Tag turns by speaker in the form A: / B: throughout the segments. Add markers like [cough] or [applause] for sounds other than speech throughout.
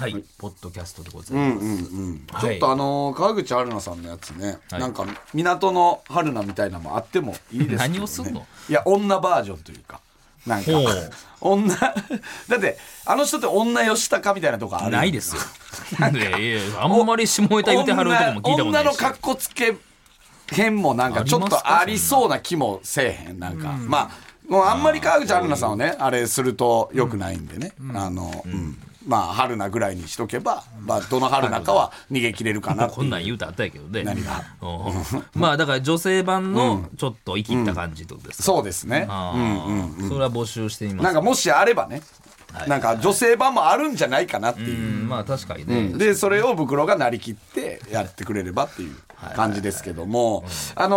A: はい、ポッドキャストでござ
B: う
A: い
B: ん
A: ま
B: う
A: す。
B: んうん、
A: はい
B: ちょっとあのー川口春奈さんのやつね、
A: はい
B: なんか港の春菜みたいなのもあってもいいですけど、ね、
A: 何をすんの
B: いや女バージョンというかなんか
A: ほう
B: 女 [laughs] だってあの人って女吉高みたいなとこある
A: ないで
B: [laughs]
A: すよ。いやいやあんまり下ネタ言ってはるとこも聞いたこと
B: 女
A: な
B: 女
A: い
B: の
A: し。
B: 格好つけ編もなんかちょっとありそうな気もせえへんなんかまあもうあんまり川口春奈さんをねあれするとよくないんでね、あの、うんまあ春菜ぐらいにしとけば、まあ、どの春菜かは逃げ切れるかなって
A: こんなん言うてあったんやけどね。
B: 何が
A: うん [laughs] まあだから女性版のちょっと生きった感じってことですか。
B: そうですね
A: あ
B: うんうん
A: ーそれは募集してみま
B: なん
A: す。
B: かもしあればね、
A: はい
B: なんか女性版もあるんじゃないかなっていうう、
A: んまあ確かにね。
B: でそれを袋がなりきってやってくれればっていう感じですけども、あのー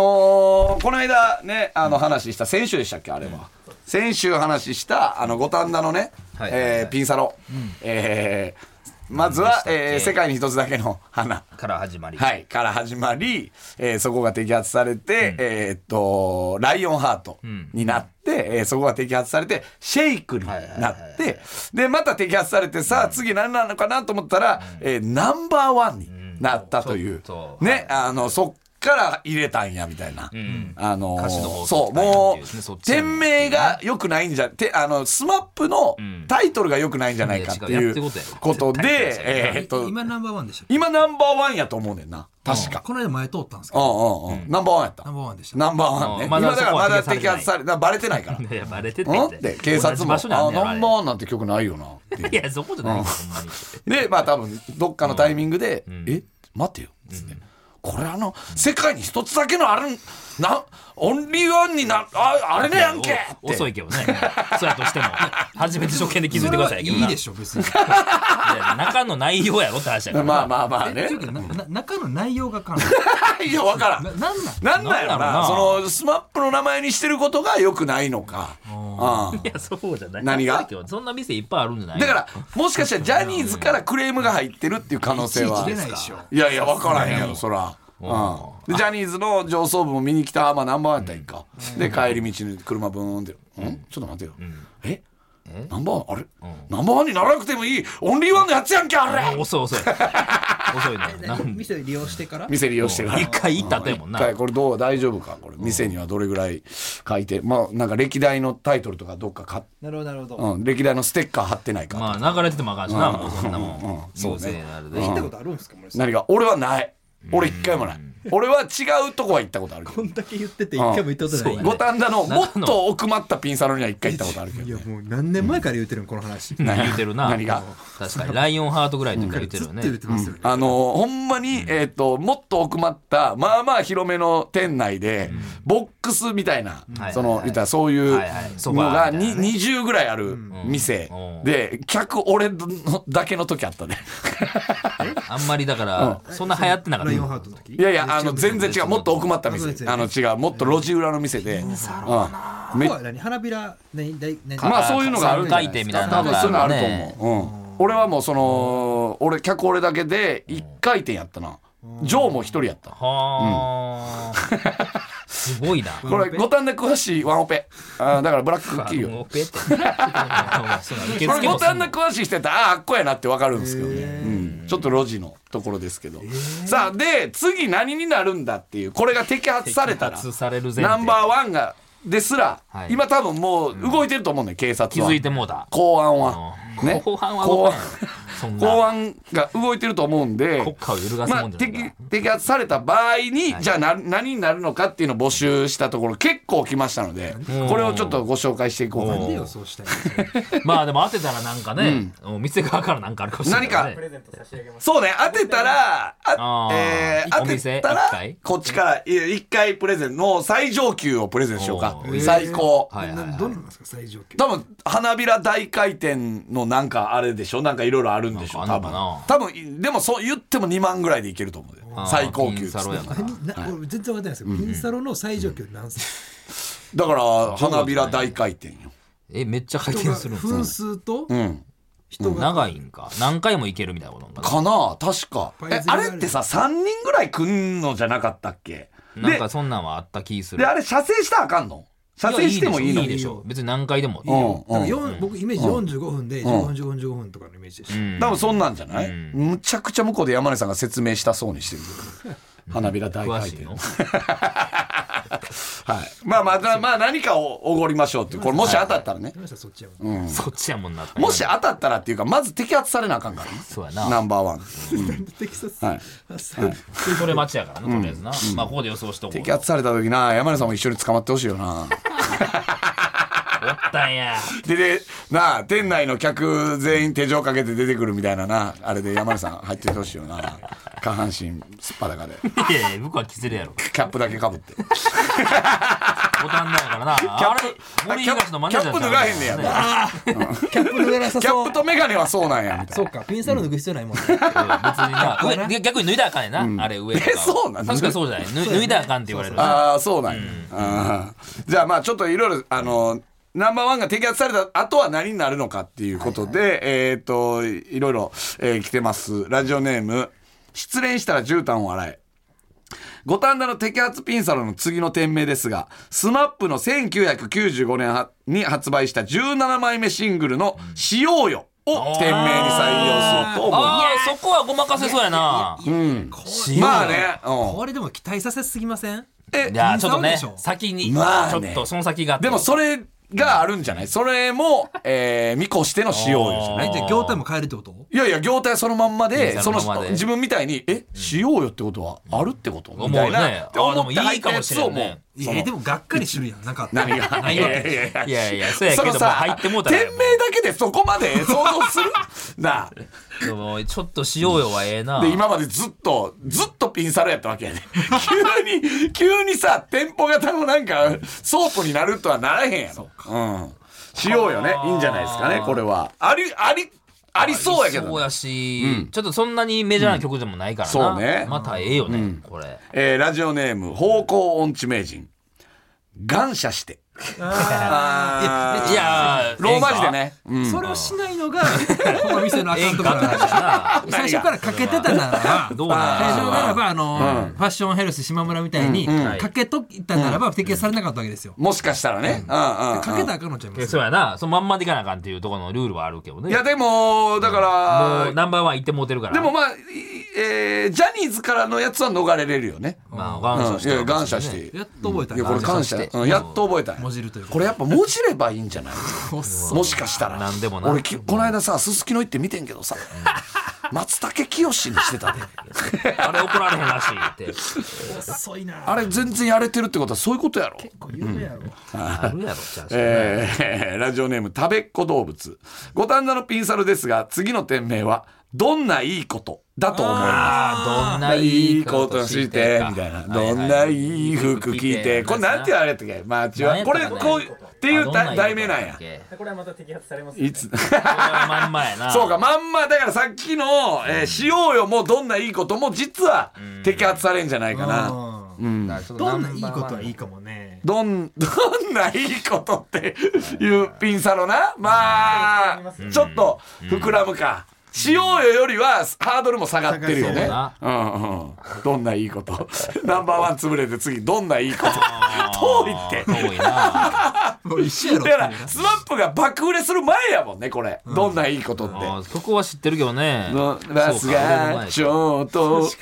B: この間ねあの話した先週でしたっけあれは、先週話したあの五反田のね、
A: はい
B: えーピンサロ、えーまずは、えー世界に一つだけの花」
A: から始まり。
B: はい、から始まり、えーそこが摘発されて、えーっと、ライオンハートになって、えーそこが摘発されて、シェイクになって、で、また摘発されて、さあ次何なのかなと思ったら、えーナンバーワンになったという
A: うんちょっ、と
B: ね、あの、そっから入れたんやみたいな、あのー
A: 歌詞の方
B: そう
A: が入って
B: も
A: るんですねそっ
B: う
A: ちに
B: 店名が良くないんじゃてあのスマップのタイトルが良くないんじゃないかって
A: いや違う
B: い
A: やって
B: う
A: ことやろ
B: ことで、
A: 絶対
B: えーっと
C: 今ナンバーワンでしたっけ
B: 今ナンバーワンやと思うねんな確か、
C: この間前通ったんですけ
B: う
C: ど
B: んうんうんナンバーワンやった
C: ナンバーワンでした
B: ナンバーワンね
A: うんまだ
B: 今だからまだ
A: そこは
B: 摘発されだからバレてない
A: [laughs]
B: から
A: [laughs] いやバレてて
B: うんって警察も
A: 同じ場所に
B: あ
A: あんねやろ
B: ナンバーワンなんて曲ないよなっていう
A: あれいやそこじゃないよほんまに。
B: でまあ多分どっかのタイミングで「え待てよ」っつって、これあの世界に一つだけのあるなオンリーワンになああれねやんけ!」って
A: お遅いけどね。そうやとしても。初めて初見で気づいてください
C: そ
A: け
C: れ
A: ど
C: はい
A: ない
C: でしょ別に
A: いや中の内容やろって話やからな
B: まあまあまあね
C: えというかなな中の内容が関
B: [laughs]
C: 係
B: いや分からん
C: ななんなん
B: なんなんやろな
A: なんやろ
B: そのスマップの名前にしてることがよくないのか、うん
A: いや、そうじゃない。
B: 何が
A: さっきはそんな店いっぱいあるんじゃない
B: だからもしかしたらジャニーズからクレームが入ってるっていう可能性は
C: 出ないでしょ
B: いやいや、分からへんやろ、そら。うん、でジャニーズの上層部も見に来たまあナンバーワンやったらいいか、で帰り道に車ブーンって「うんちょっと待てよ、えナンバーワンあれ、ナンバーワンにならなくてもいいオンリーワンのやつやんけあれ!」
A: 遅
B: [laughs]
A: い遅い。遅いね。なん
C: 店利用してから
B: 店利用してから
A: 一回行ったってやもんな
B: 一。回これどう大丈夫かこれ店にはどれぐらい書いてまあなんか歴代のタイトルとかどっか買っ
C: なるほどなるほど
B: うん、歴代のステッカー貼ってないか、
A: まあ流れててもあかんしな、もうそんなもん。
B: そうね
A: 優勢なるで。
C: 行ったことあるんですか森さん
B: 何が俺はない俺一回もない俺は違うとこは行ったことあるけど
C: こんだけ言ってて一回も行ったことない
B: 五反田のもっと奥まったピンサロには一回行ったことあるけ
C: い
B: ど
C: やもう何年前から言ってるのこの話ずっと
A: 言うてるな。
B: 何が
A: 確かに。ライオンハートぐらいの時から言ってるよね
C: 言。ってますよね
B: あのほんまに、えー、ともっと奥まったまあまあ広めの店内で、ボックスみたいな、
A: はい
B: そ
A: はい
B: の
A: はい
B: 言ったらそういう
A: はいはいソ
B: の
A: ファー
B: が、
A: みたい
B: に
A: なね
B: 20ぐらいある店、
A: うん
B: で客俺のだけの時あったね
A: あんまりだから、そんな流行ってなかっ
C: ラ
A: た
C: イオンハートの時
B: いやいやあの全然違うもっと奥まった
C: そうです
B: 店
C: よね
B: あの違うもっと路地裏の店で、うん、め
C: ここは何花びら何何何
B: まあそういうのがあるんじゃないですか
A: 三回転みたいな
B: 多分そういうのあると
A: なんかある
B: 思う、うん、俺はもうその俺客俺だけで1回転やったな、ジョーも1人やった
A: はあ。すごいな。
B: これ五反田詳しいワンオペあーだからブラック企
A: [laughs]
B: 業
A: もうペって。そうだ受
B: こ
A: 付
B: れ五
A: もそん
B: 反
A: な
B: 田詳しい人やったらあーあっこやなって分かるんですけどね、うん、ちょっと路地のところですけど、さあで次何になるんだっていうこれが摘発されたら
A: 摘発される前提
B: ナンバーワンがですら、
A: はい
B: 今多分もう動いてると思うね警察
A: 気
B: は
A: づいてもうた。
B: 公安は、ね
A: 後半は
B: 公安
A: 動かんやろそんな
B: 公安が動いてると思うんで
A: 国家を揺るがす
B: まあ
A: もんじゃないな
B: 摘摘発された場合に、じゃあな何になるのかっていうのを募集したところ結構来ましたので
A: ん
B: これをちょっとご紹介していこうか
C: な
B: なん
C: で予想したい
A: まあでも当てたらなんかね、お店側からなんかあるかもしれない、
B: 何
A: ね。
B: かそうね当てたらあ
A: あ、ー
B: えー、
A: お
B: 当て
A: 店
B: た
A: 一
B: ら
A: 回
B: こっちからいや一回プレゼンの最上級をプレゼンしようか
A: おー
B: 最高、
A: はいはいはい
C: どうなんですか最上級
B: 多分花びら大回転のなんかあれでしょなんかいろいろあるんでしょ
A: な
B: 多
A: んか
B: 分
A: あ
B: 多分でもそう言っても2万ぐらいでいけると思うで
A: あー
B: 最高級
A: 金
B: っつっ
A: サ
B: て
A: ロやから。
C: な俺全然わかってないですけどピンサロの最上級って何す
B: だから花びら大回転よ
A: え、めっちゃ回
C: か
A: 転するん
C: 人が分
A: です
C: 数と
B: うん
C: 人が
A: 長いんか。何回もいけるみたいなことなんか
B: かな確か
C: パイ
B: え
C: ズリ
B: あ
C: がある
B: れってさ3人ぐらい来んのじゃなかったっけ
A: な。なん
B: で
A: かそんなんはあった気す
B: で
A: る。
B: あれ射精したらあかんの撮影してもいいの
A: いいでしょ別に何回でも
C: いいよ
B: うん
C: だからよん僕イメージ45分で15分15分15分とかのイメージでした
B: 多分そんなんじゃない、むちゃくちゃ向こうで山根さんが説明したそうにしてるけど花びら大
A: 詳
B: 回
A: しい
B: 転、
A: の
B: はい、まあまあなまあ何かをおごりましょうっていうこれもし当たったらね、
C: 山下そっちやもんね [laughs]
A: そっちやもんな
B: もし当たったらっていうかまず摘発されなあかんからね
A: そうやな
B: ナンバーワン
C: テキサス、
B: はい
C: あそう
A: それ待ちやからなとりあえずなまあここで予想しとこう
B: 摘発された時な山根さんも一緒に捕まってほしいよな
A: おった
B: [laughs]
A: んや
B: ででなあ店内の客全員手錠かけて出てくるみたいななあれで山根さん入っててほしいよな下半身すっぱだかで
A: いやいや僕は着せるやろ
B: キャップだけかぶって
A: ボタンだからなあれ森東のマネージ
B: キャ
A: ャー
B: ップ脱がへんねや
C: キャップ脱がなさ
B: キャッ
C: そ
B: プ
C: う
B: とメガネはそうなんやみたいな
C: そうかピンサロ脱ぐ必要ないもんね
A: うん別にな上逆に脱いだらあかんねんな、あれ上とかは
B: えそうなん
A: 確かにそうじゃない脱脱いだらあかんって言われる
B: ああそうなんや、あーじゃあまあちょっといろいろあのナンバーワンが摘発された後は何になるのかっていうことで、えっ、といろいろ、えー来てますラジオネーム「失恋したら絨毯を洗え」五反田の摘発ピンサロの次の店名ですが、スマップの1995年はに発売した17枚目シングルの「しようよ」を店名に採用すると思います。
A: あーそこはごまかせそうやな
C: こ
B: まあね、うん、
C: これでも期待させすぎません
B: え
A: いやちょっと
C: ピ
A: ね
C: ンサロでしょ
A: 先に、
B: まあ
A: ちょ
B: ね
A: っとその先があって
B: でもそれがあるんじゃないそれも、えー、見越してのしようよじゃない
C: えじゃあ業態も変えるってこと
B: いやいや業態そのまんまで
A: 業
B: そ
A: 態
B: の
A: のまんまで
B: 自分みたいにえしようよってことはあるってこと
A: 思う
B: みたい
A: ね
B: なって思って
A: あでも
B: 入
A: い
B: っ
A: い
B: た
A: か
B: や
A: も
B: つ
A: し
B: を
A: れ
B: も
A: んね
B: う
C: い
B: そ
C: や
B: の
C: でもがっかりするやんなんか
B: 何が
A: ないわけ
B: や
A: いやいやそうやけ
B: そ
A: ど
B: の
A: もう
B: さ
A: 入ってもうたら
B: 店名だけでそこまで想像す
A: [laughs]
B: るな
A: でもちょっとしようよはええな
B: あで今までずっとずっとピンサロやったわけやね [laughs] 急に急にさ店舗型のなんかソープになるとはならへんやろうんしようよねいいんじゃないですかねこれはありありありそうやけどね
A: そうやし、ちょっとそんなにメジャーな曲でもないから
B: うん
A: な、
B: そうね
A: またええよね、これ
B: えーラジオネーム方向音痴名人感謝してあー
A: いやー
B: ローマ字でね、うん
C: それをしないのがこの店のア
A: ええ
C: カウン
A: ん
C: ト
A: かって話
C: から
A: や
C: 最初からかけてたならば
A: などう
B: [laughs]
A: なん
C: 最
A: や
C: 初
A: ろう
C: なら
A: な
C: ばあのファッションヘルス島村みたいに
A: ん
C: かけといたならば適用されなかったわけですよ
B: もしかしたらね、うんうんうん
C: かけたらあかんのちゃいま
A: え
C: す
A: そうやなそのまんまでいかなあかんっていうところのルールはあるけどね
B: いやでもだから、
A: もうナンバーワン行ってもうてるから
B: でもまあ、いえージャニーズからのやつは逃れれるよね、
A: まあ
B: うん、
A: 感謝して
B: いや感謝して
C: やっと覚えた
B: いやこれ感謝
A: 感謝して
B: うんやっと覚えたんや
C: もじるという
B: これやっぱもじればいいんじゃないもしかしたら
A: なんでもな
B: 俺きこの間さすすきの行って見てんけどさ松竹清にしてたで
A: あれ怒られへんらし
B: [laughs]
A: いって
C: 遅いな
B: あれ全然やれてるってことはそういうことやろ
C: これ言うやろ
A: あるやろじゃあ、
B: えーラジオネーム食べっ子動物五反田のピンサロですが次の店名はどんないいことだと思います
A: あどん
B: どんな
A: ない
B: い
A: い
B: い
A: こ
B: ことと
A: し
B: してて
A: か
B: みたいな
A: はは
B: どんないい服着てこれなんて言われたっけマーチはこれこうっていう
A: あどんな
B: 題
A: いい
B: 題名なんや
A: こ
D: これはまた摘発されます
B: いつ [laughs]
A: とはまんまやな
B: そうかまんまだからさっきの「えーしようよ」もどんないいことも実は摘発されんじゃないかな。うん
C: どんないいことはいいかもね
B: どん、 [laughs] どんないいことっていうピンサロなまあ、ちょっと膨らむか。しようよよりはハードルも下がってるよね
A: 下が。
B: うんうん。どんないいこと。 [laughs] ナンバーワン潰れて次どんないいこと。遠いって。
A: 遠い
B: [laughs]
A: な
C: もう一緒やろ
B: だから、スマップが爆売れする前やもんね、これ。どんないいことって。
A: あー曲は知ってるけどね
B: のバスがち
A: ょ
B: ょっと遅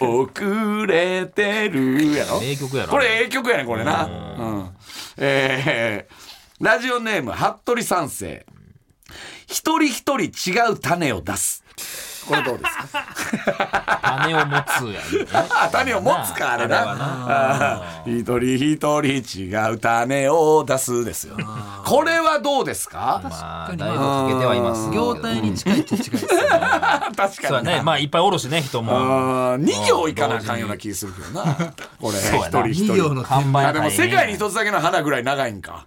B: れてるやろ
A: 名曲やろ
B: これええ曲やねこれなうんえーラジオネーム服部三世一人一人違う種を出すこれどうですか
A: 種を持つやね
B: あ種を持つかあれなあー一人一人違う種を出すですよこれはどうですか
A: まあだいぶかけてはいますけど
C: 業態に近いっちゃ近いですよ
B: [laughs] 確
A: [laughs] そう
B: か
A: や
B: に
A: ね
B: な
A: まあいっぱいおろしね人も
B: あー2行いかなあかんような気するけどなこれ
A: [laughs] そ
B: 一
A: うやな
B: 人一
C: 2
B: 人
C: 行の
A: 看板
B: あ
A: や
B: で
A: から
B: も
A: ね
B: 世界に一つだけの花ぐらい長いんか。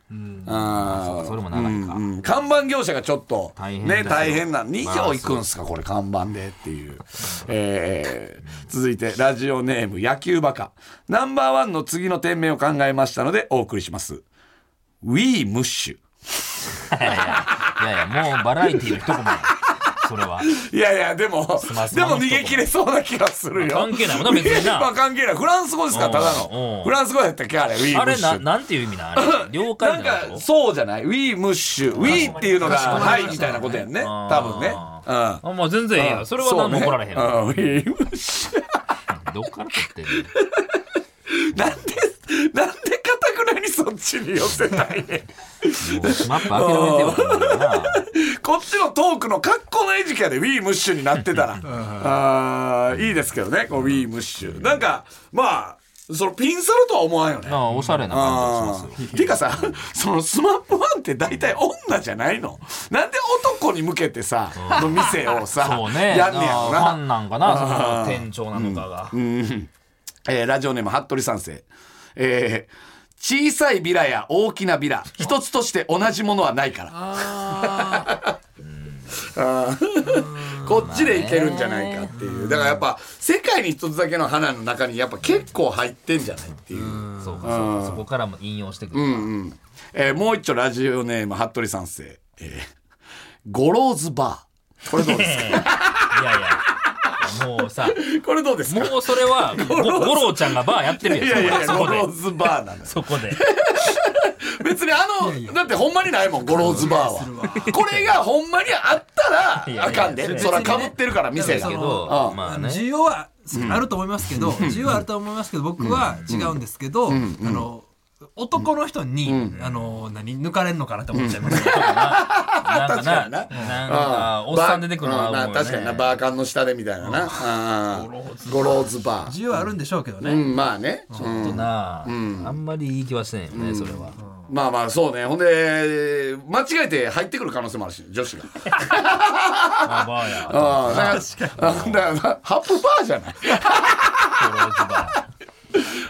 B: ああ
A: それも長いか
B: うんうん看板業者がちょっと
A: 大変です
B: ね
A: よ
B: 大変な2
A: ま
B: 行
A: あ
B: 行くんすかこれ看板でっていう、えー続いてラジオネーム野球バカナンバーワンの次の店名を考えましたのでお送りします「ウィームッシュ
A: いやいやもうバラエティーの一コマやそれは。
B: いやいや、でも
A: ま、ス
B: で
A: マの
B: も
A: 人
B: 逃げ切れそうな気がするよ。
A: まあ関係ないもんな別に
B: [laughs]
A: な
B: まあ関係ない。フランス語ですから、ただ
A: うん
B: の。フランス語やったっけあれ、ウィー
A: あ
B: ムッ
A: れ
B: シュ
A: な、。なんていう意味なのあれ了解
B: な
A: じ
B: ん
A: ゃないってこ
B: か、
A: と
B: そうじゃないウィームッシュ。ウィーっていうのが、
C: かしこまりま
B: は
C: した
B: い、みたいなことやんね。
A: あー
B: 多分ね。うん。
A: あ、まあ全然ええやんそれは何も怒られへんわ。
B: そうね [laughs] うんウィームッシュ。
A: どっから取ってんの
B: なんで、なんでかたくなにそっちに寄せない
A: [laughs]
B: ねん
A: もうスマップ諦めてよって思うよな。
B: こっちのトークの格好の餌食やで、ウィームッシュになって
A: [laughs]
B: たら。あーいいですけどね、こうウィームッシュ。なんか、まあ、そのピンサロとは思わんよね。
A: なあ、おしゃれな感じがしますよ。
B: てかさ、 [laughs] そのスマップワンって大体女じゃないのなんで男に向けてさ、の店をさ、
A: そうね。
B: やんねやろ
A: なあファ
B: な。
A: ンなんかな、その店長なのかが。
B: えーラジオネーム、服部三世。えー小さいビラや大きなビラ、一つとして同じものはないから。
C: あ
B: [laughs] こっちでいけるんじゃないかっていう。だからやっぱ、世界に一つだけの花の中にやっぱ結構入ってんじゃないっていう。
A: そうか、そうかそこからも引用してくる。
B: えーもう一丁ラジオネーム、服部三世。えーゴローズバー。これどうですか
A: いやいや、もうさ、
B: [laughs] これどうですか
A: もうそれは、ご五郎ちゃんがバーやってる
B: いやい
A: や
B: や
A: ん、
B: い
A: そ
B: や、
A: こ
B: ゴ
A: で
B: ロー。ズバーなのよ。
A: そこで。
B: 別にあの、だってほんまにないもん、ゴローズバーは。これがほんまにあった
A: い
B: ら、
A: や
B: あ
A: いや
B: かん
A: 別
B: で。
A: に
B: そら被ってるから、店が
A: け。
B: う
A: ど、
B: ん
A: まあ
C: あ、
A: ね。
C: 需要はあると思いますけど、需要はあると思いますけど、僕は違うんですけど、あの。男の人に、あの、何、抜かれんのかなと思っちゃいます。
A: なんか
B: 確か
A: な、
B: に
A: な
B: なん
A: か、おっさん出てくるのは
B: うん
A: も
B: な
A: うね
B: 確かにな、バーカンの下でみたいなな。うんゴローズバー。
C: 需要はあるんでしょうけど
B: う
C: ね。
B: ん、まあね。
A: ちょっとな、あんまりいい気はしてないよね、それは。
B: まあまあ、そうね。ほんで、間違えて入ってくる可能性もあるし、女子が。
A: あ、バ [laughs] ーや。
B: ああ、確かに。だから、ハップバーじゃない。
A: ゴローズバー。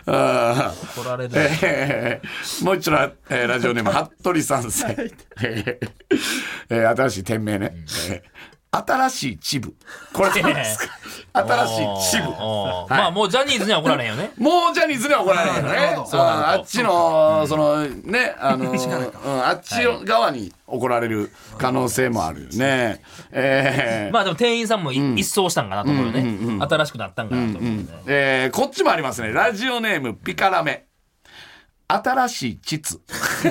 B: ああ。
A: 怒られる。
B: えー [laughs] もう一度、えーラジオネーム服部三世、 [laughs] えーえー新しい店名ね、えー新しい秩父これどうですか新しい秩父。
A: おーまあもうジャニーズには怒られへんよね
B: もうジャニーズには怒られないよ
C: なる
B: ね
C: ほど
A: そうなると
B: ああっちの、そのねあの
A: [laughs]
B: ー、うん、あっち側に怒られる可能性もあるよね、えー
A: まあでも店員さんもい一掃したんかなと思うよね。新しくなったんかなと思うよね。
B: えーこっちもありますねラジオネームピカラメ新しい秩父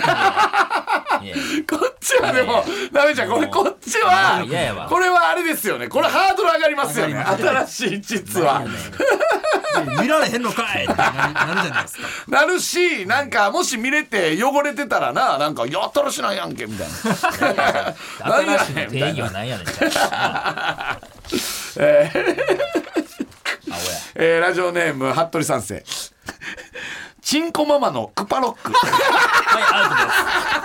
A: いや
B: こっちはでも、ダメじゃん。これこっちは
A: 嫌やわ、
B: これはあれですよね。これハードル上がりますよね。新しい実は。
C: 見られへんのかいってななるじゃないですか。
B: [laughs] なるし、なんか、もし見れて汚れてたらな、なんか、やったらしないやんけ、みたいな。
A: 新しいの
B: み
A: 定
B: たい
A: 義
B: な。
A: は何やね [laughs] ん。あ [laughs]
B: えーラジオネーム、服部三世。チンコママのクパロック。
A: はい、アウトです。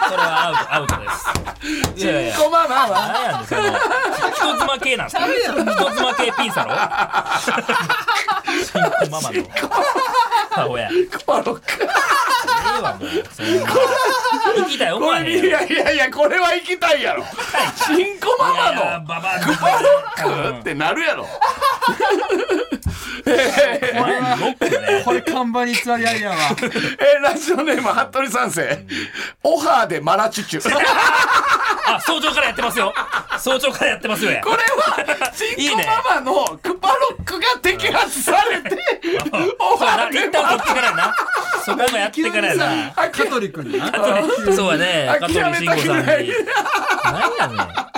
A: それはアウト、アウ [laughs] トです。いやいや。
B: チンコママは、
A: 何やねん、その。人妻系なんすか人妻系ピンサロ新婚ママの。母親。え
B: クパロック。
A: えわ、もう。そんな行きたい、思わへん
B: い
A: やろ。
B: やいやいや、これは行きたいやろ。チンコママの。
A: ババア
B: クパロックってなるやろ。 [laughs] え
A: これはロックよね。
C: これ看板に偽りありやわ。
B: ーえーラジオネーム、服部三世。オハーでマラチュ
A: [laughs]
B: チュ。これ
A: あ、早朝からやってますよ。早朝からやってますよ。や
B: は、チンコママのクパロックが摘発されて、オ
A: そう
B: ハ
A: やな、
B: ーで
A: 一旦
B: マ
A: こ
B: ラ
A: っちからやな。そこもやってからやな。
C: カトリックにな。
A: そうやね、香取
B: 諦め
A: 慎吾
B: たく
A: さん
B: ない
A: に。何やねん。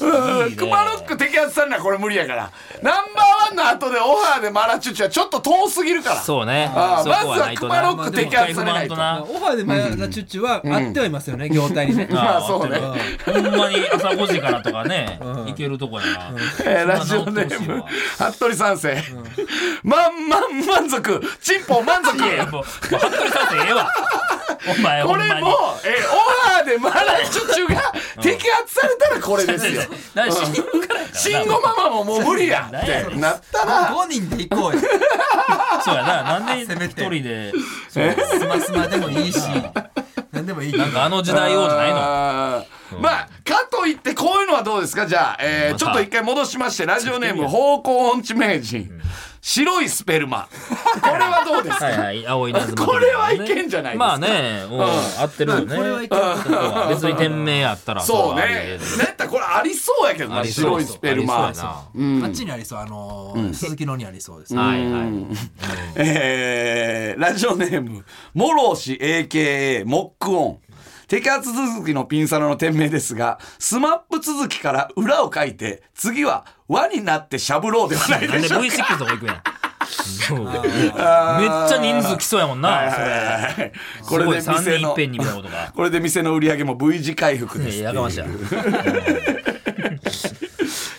B: うんクパロック摘発されるのはこれ無理やから。ナンバーワンの後でオハーでマラチュチュはちょっと遠すぎるから。
A: そうね。
B: あー
A: そこはないと
B: ま
A: な。
B: ずはクマロック摘発されないと
A: まあ
C: オファーでマラチュッチュはあってはいますよね、業態にね。
B: まあそうね。
A: ほんまに朝5時からとかね、行けるとこやな。
B: えーラジオネーム、服部三世。まんまん満足、チンポ満足。
A: いやいや、もう、もう服部さんってええわ。お前、ほ
B: こ
A: ん
B: れ
A: まに。
B: も、えー、オファーでマラチュチュが摘発されたらこれですよ。
A: 何死ぬからやからな
B: 慎吾ママももう無理やってなったら、
C: 5人で行こうよ。
A: そうやな。な
B: [laughs]
A: んで
C: せめ
A: 一
C: て
A: 人で、
C: スマスマでもいいし、何でもいいけど。
A: なんかあの時代をじゃないの
B: あーまあ、かといってこういうのはどうですかじゃあ、えー
A: まあ
B: ちょっと一回戻しまして、ラジオネーム、方向音痴名人。白いスペルマ。これはどうですか、
A: はいはい、青い稲妻的なね
B: これはいけんじゃないですか
A: まあね、うん、合ってるよね。
C: これはいけ
A: うん別に店名あったら。
B: そう
A: れはありえ
B: ね
A: る。
B: なんやったらこれありそうやけど
A: あ
B: な、
A: りそう
B: 白いスペル
A: あ
B: マ
A: り。そうやな
C: あっちにありそうあのー鈴木のにありそうです、
A: はいはい。
B: えーラジオネーム、モロー氏 AKA モックオン。摘発続きのピンサロの店名ですが、スマップ続きから裏を書いて、次は輪になってしゃぶろうではない
A: なん
B: で
A: で
B: しょう
A: V6 の方行くんやん。そうめっち
B: か。
A: ゃ人数来そうやもんな、それ。
B: はいはいはい [laughs]
A: す
B: こ
A: ごい
B: れで
A: 3
B: 店
A: 人いっ
B: の
A: ぺんに見たこと
B: [laughs]
A: が。
B: これで店の売り上げも V 字回復です
A: いややかましいわ。来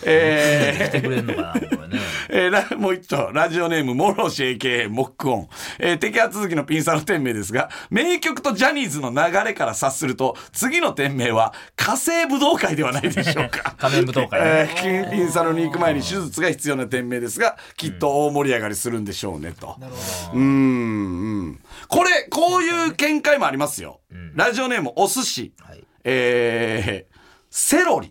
B: えー
A: てくれんのかな、これね。
B: えーラ [laughs] もう一丁、ラジオネーム、モロシ AKA モックオン。えー、敵発続きのピンサロ店名ですが、名曲とジャニーズの流れから察すると、次の店名は、火星武道会ではないで
A: [laughs]
B: しょうか。
A: 仮面舞踏会ね。
B: えーピンサロに行く前に手術が必要な店名ですが、きっと大盛り上がりするんでしょうね、と。うーん、うん。これ、こういう見解もありますよ。ラジオネーム、お寿司。
A: い
B: えーセロリ。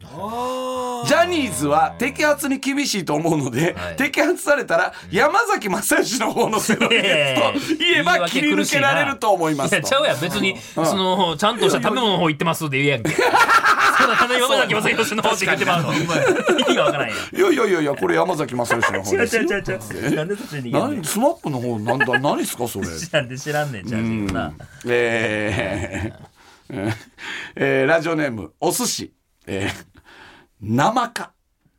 B: ジャニーズは摘発に厳しいと思うので、
A: はい
B: 摘発されたら山崎正義の方のセロリですと言えば切り抜けられると思いま
A: い
B: す
A: やちゃ
B: と。
A: うやん別にそのちゃんとした食べ物の方行ってますって言うやんけそんなただ山崎まさよしの方って言ってまうの意味がわからんやん
B: いやいやいやいや、これ山崎正義の方ですよ。
A: う [laughs] 違う違うなんでそっちに
B: 何スマップの方なんだ何ですかそれ。
A: なんで知らんねんじゃんな
B: えーえーえーラジオネームお寿司、えー、生か。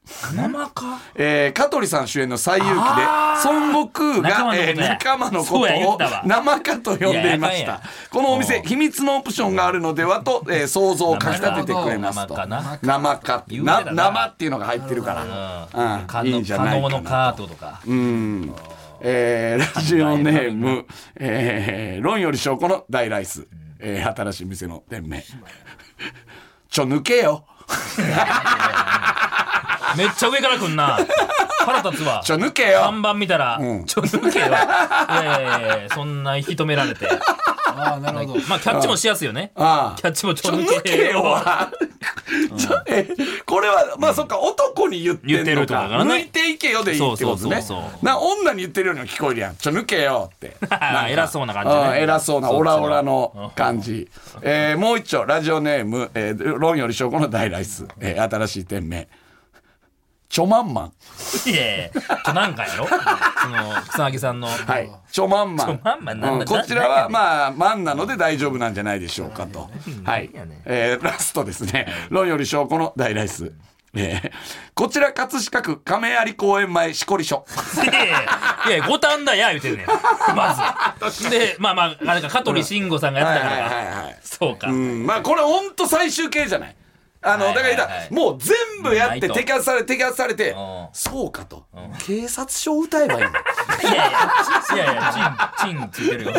A: 生か
B: えー、香取さん主演の「西遊記」で孫悟空がえー仲間
A: 仲
B: の
A: 間の
B: こ
A: こととや
B: を「
A: そうや言
B: 生か」と呼んでいまし
A: いやいやい
B: た
A: や
B: このお店秘密のオプションがあるのではと、えー想像をかき立ててくれますと
A: 生かな
B: 生かって
A: 言うて
B: な
A: たな
B: 生っていうのが入ってるから
A: うん
B: うん
A: 可
B: いいん
A: 能
B: じゃないかな
A: 可能のかってことか
B: うん、えーラジオネーム「えー、論より証拠の大ライス」えー新しい店の店名「ちょ抜けよ」
A: めっちゃ上からくんな腹立つわ
B: 「
A: [laughs]
B: ちょ抜けよ」
A: 看板見たら
B: うん
A: ちょ抜けよいやいやいやいやそんな引き止められて
C: ああなるほど
A: まあキャッチもしやすいよね
B: ああ
A: キャッチもち
B: ち
A: ょ
B: ょ抜
A: 抜け
B: けよ
A: よ
B: は、ちょえこれはまあそっか、男に言って
A: 言っ
B: ん
A: て
B: の
A: ると
B: か
A: かからね
B: 抜いていけよでいいってことね
A: そうそうそうそう
B: な女に言ってるようにも聞こえるやんちょ抜けよってなんか
A: [laughs] 偉そうな感じね
B: うん偉そうなオラオラ
A: そっち
B: の
A: の
B: 感じ、えーもう一丁ラジオネーム、えー論より証拠の大ライス、えー新しい店名ちょまんまん
A: いやいやちょなん
B: [laughs]
A: かやろその草薙さんの
B: はいちょまんまん
A: ちょまんまんなんだ
B: うこちらはまあまんなので大丈夫なんじゃないでしょうかとはい
A: なんやねん
B: えーラストですね「論より証拠の大ライス」えーこちら葛飾区亀有公園前しこり所
A: いやいやいや五反田や言うてんねんまずでまあまああれか香取慎吾さんがやっ
B: は
A: て
B: い
A: た
B: は
A: か
B: い
A: ら
B: はいはい
A: そうか、
B: うんまあこれほんと最終形じゃないあの
A: は
B: だ
A: い
B: から
A: はいはい
B: 言ったらもう全部やって
A: うんない
B: 摘
A: と
B: 発され摘発されて
A: うん
B: そうかと警察署を歌えばいいの
A: いやいやいやいやチンチンついてるよ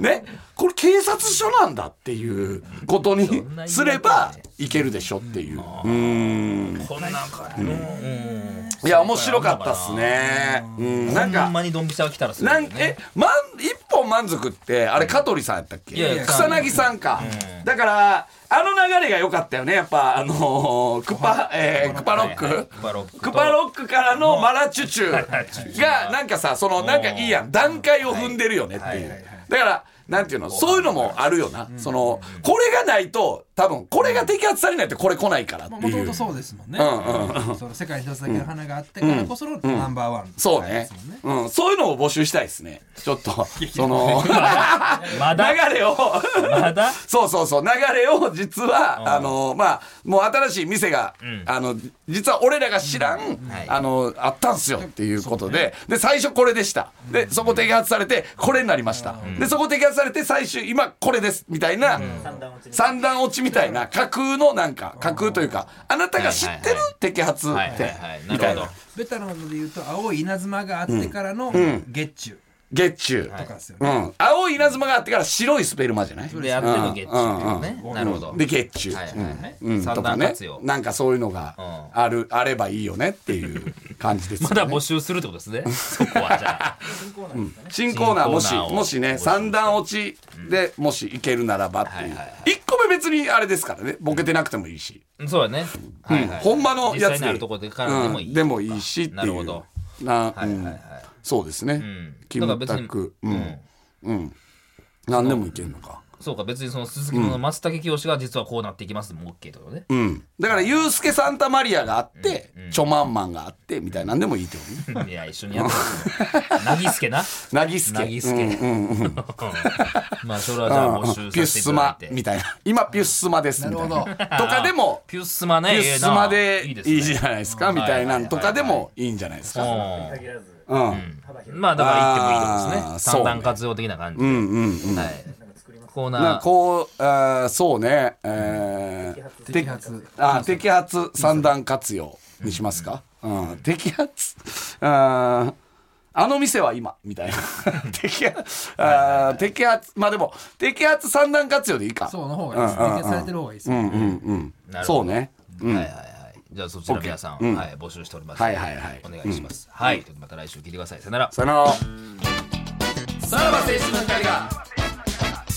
B: ねこれ警察署なんだっていうことに
A: んな言い訳
B: すればいけるでしょっていううん
A: こんなんかやね
B: いや面白かったっすね。うん、なん
A: ほん
B: か。
A: まにドンピシャが来たらすごい
B: な
A: よ
B: んえ、
A: ね
B: まん、一本満足って、あれ香取さんやったっ
A: いやい
B: け
A: や
B: 草薙さんか。だから、あの流れが良かったよね。やっぱ、あのークパ、えークパロック
A: クパロックと
B: クパロックからのマラチュチ
A: ラチュ
B: ュが、なんかさ、その、なんかいいやん。段階を踏んでるよねっていう。だから、なんていうの、そういうのもあるよな。その、これがないと、多分、これが摘発されないとこれ来ないからって
C: もと
B: い
C: も
B: う
C: と。そうですもんね、
B: うん
C: その世界に一つだけの花があってからこそのナンバーワン、
B: そうね
C: ですもんね。
B: うん、そういうのを募集したいですね。ちょっと、そ [laughs] の、
A: まだ
B: [laughs] 流れを、
A: まだ
B: そうそうそう、流れを実は、あの、まあ、もう新しい店が、あの、実は俺らが知らん、
A: はい
B: あの、あったんすよっていうことで、で、最初これでした。で、そこ摘発されて、これになりました。で、そこ摘発されて、最終、今これです、みたいな、三段落ちみたいな、架空のなんか、架空というか、あなたが知ってる摘発
A: はい
B: っ
A: はい
B: て
A: はい、な
B: みたい
A: るほ
B: な
A: ど。
C: ベタなので言うと青い稲妻があってからの月中
B: 月中。
C: とかですよね、
B: うん、青い稲妻があってから白いスペルマじゃない
A: でやってるのゲッチねなるほど
B: で月中、
A: はいはいはい
B: うんうん
A: 三
B: と
A: 段
B: かね
A: 活用
B: なんかそういうのが
A: う
B: ある、あればいいよねっていう感じですよ
A: ま
B: ね、
A: だ募集するってこ
B: [laughs]
A: とですねそこはじゃあ
B: 新コーナーもし
A: 新コーナーを
B: もしね三段落ちでもしいけるならばっていう、1個目別にあれですからねボケてなくてもいいし、
A: そうだね
B: うんほんまのや
A: 実際
B: つ
A: にあるところでからでもいい
B: うんでもいいしっていう
A: なるほど
B: な、
A: はいはいはい
B: うんそうですね、
A: ん
B: キム
A: だ
B: タ
A: から別に
B: クうん、うん、何でもいけるのか
A: そうか別にその鈴木の松茸清が実はこうなっていきますも OK とかね、
B: うんだからユースケ・サンタマリアがあって、チョマンマンがあってみたいなんでもいいってことね
A: いや一緒にやって
B: [laughs]
A: ますなぎすけな
B: なぎすけ
A: なぎすけまあそれはじゃあ募
B: うん
A: 集
B: ピュッ
A: させて
B: ス
A: いただ
B: マ
A: いて
B: みたいな今ピュッスマですみたいな
D: なる
B: とかでも
A: ピュッスマ
B: ピ
A: ね
B: ュッスマで
A: ええ
B: いいじ
A: すね
B: ゃないですかみたいなんとかでもいいんじゃないですか
A: う
B: う
A: ん
B: ん
A: まあだから言ってもいい
B: あ
A: で
B: ー
A: す
B: そう
A: ね
B: ね
A: 三段活用的な感じ
B: う
A: で、
B: んうんうん
A: はいコー
B: なん
A: ナ
B: か
A: ー
B: こうあーそうねえー
C: 摘発
B: あ摘発三段活用にしますか、うん摘発あーあの店は今みたいな [laughs] 摘発あー摘発まあでも摘発三段活用でいいか
C: そうの方がいいです。
B: うんうんうん
C: 提携されてる方がいいです。
B: うんうんう
A: なんる
B: そう
A: ほど
B: ねうん
A: はいはいはいじゃあそちら皆さん、
B: うん
A: はい、募集しております、
B: はいはいはい
A: お願いします、はいということでまた来週聞いてくださいさよなら
B: その
A: さらば青春の光が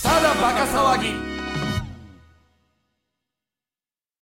B: ただバカ騒ぎ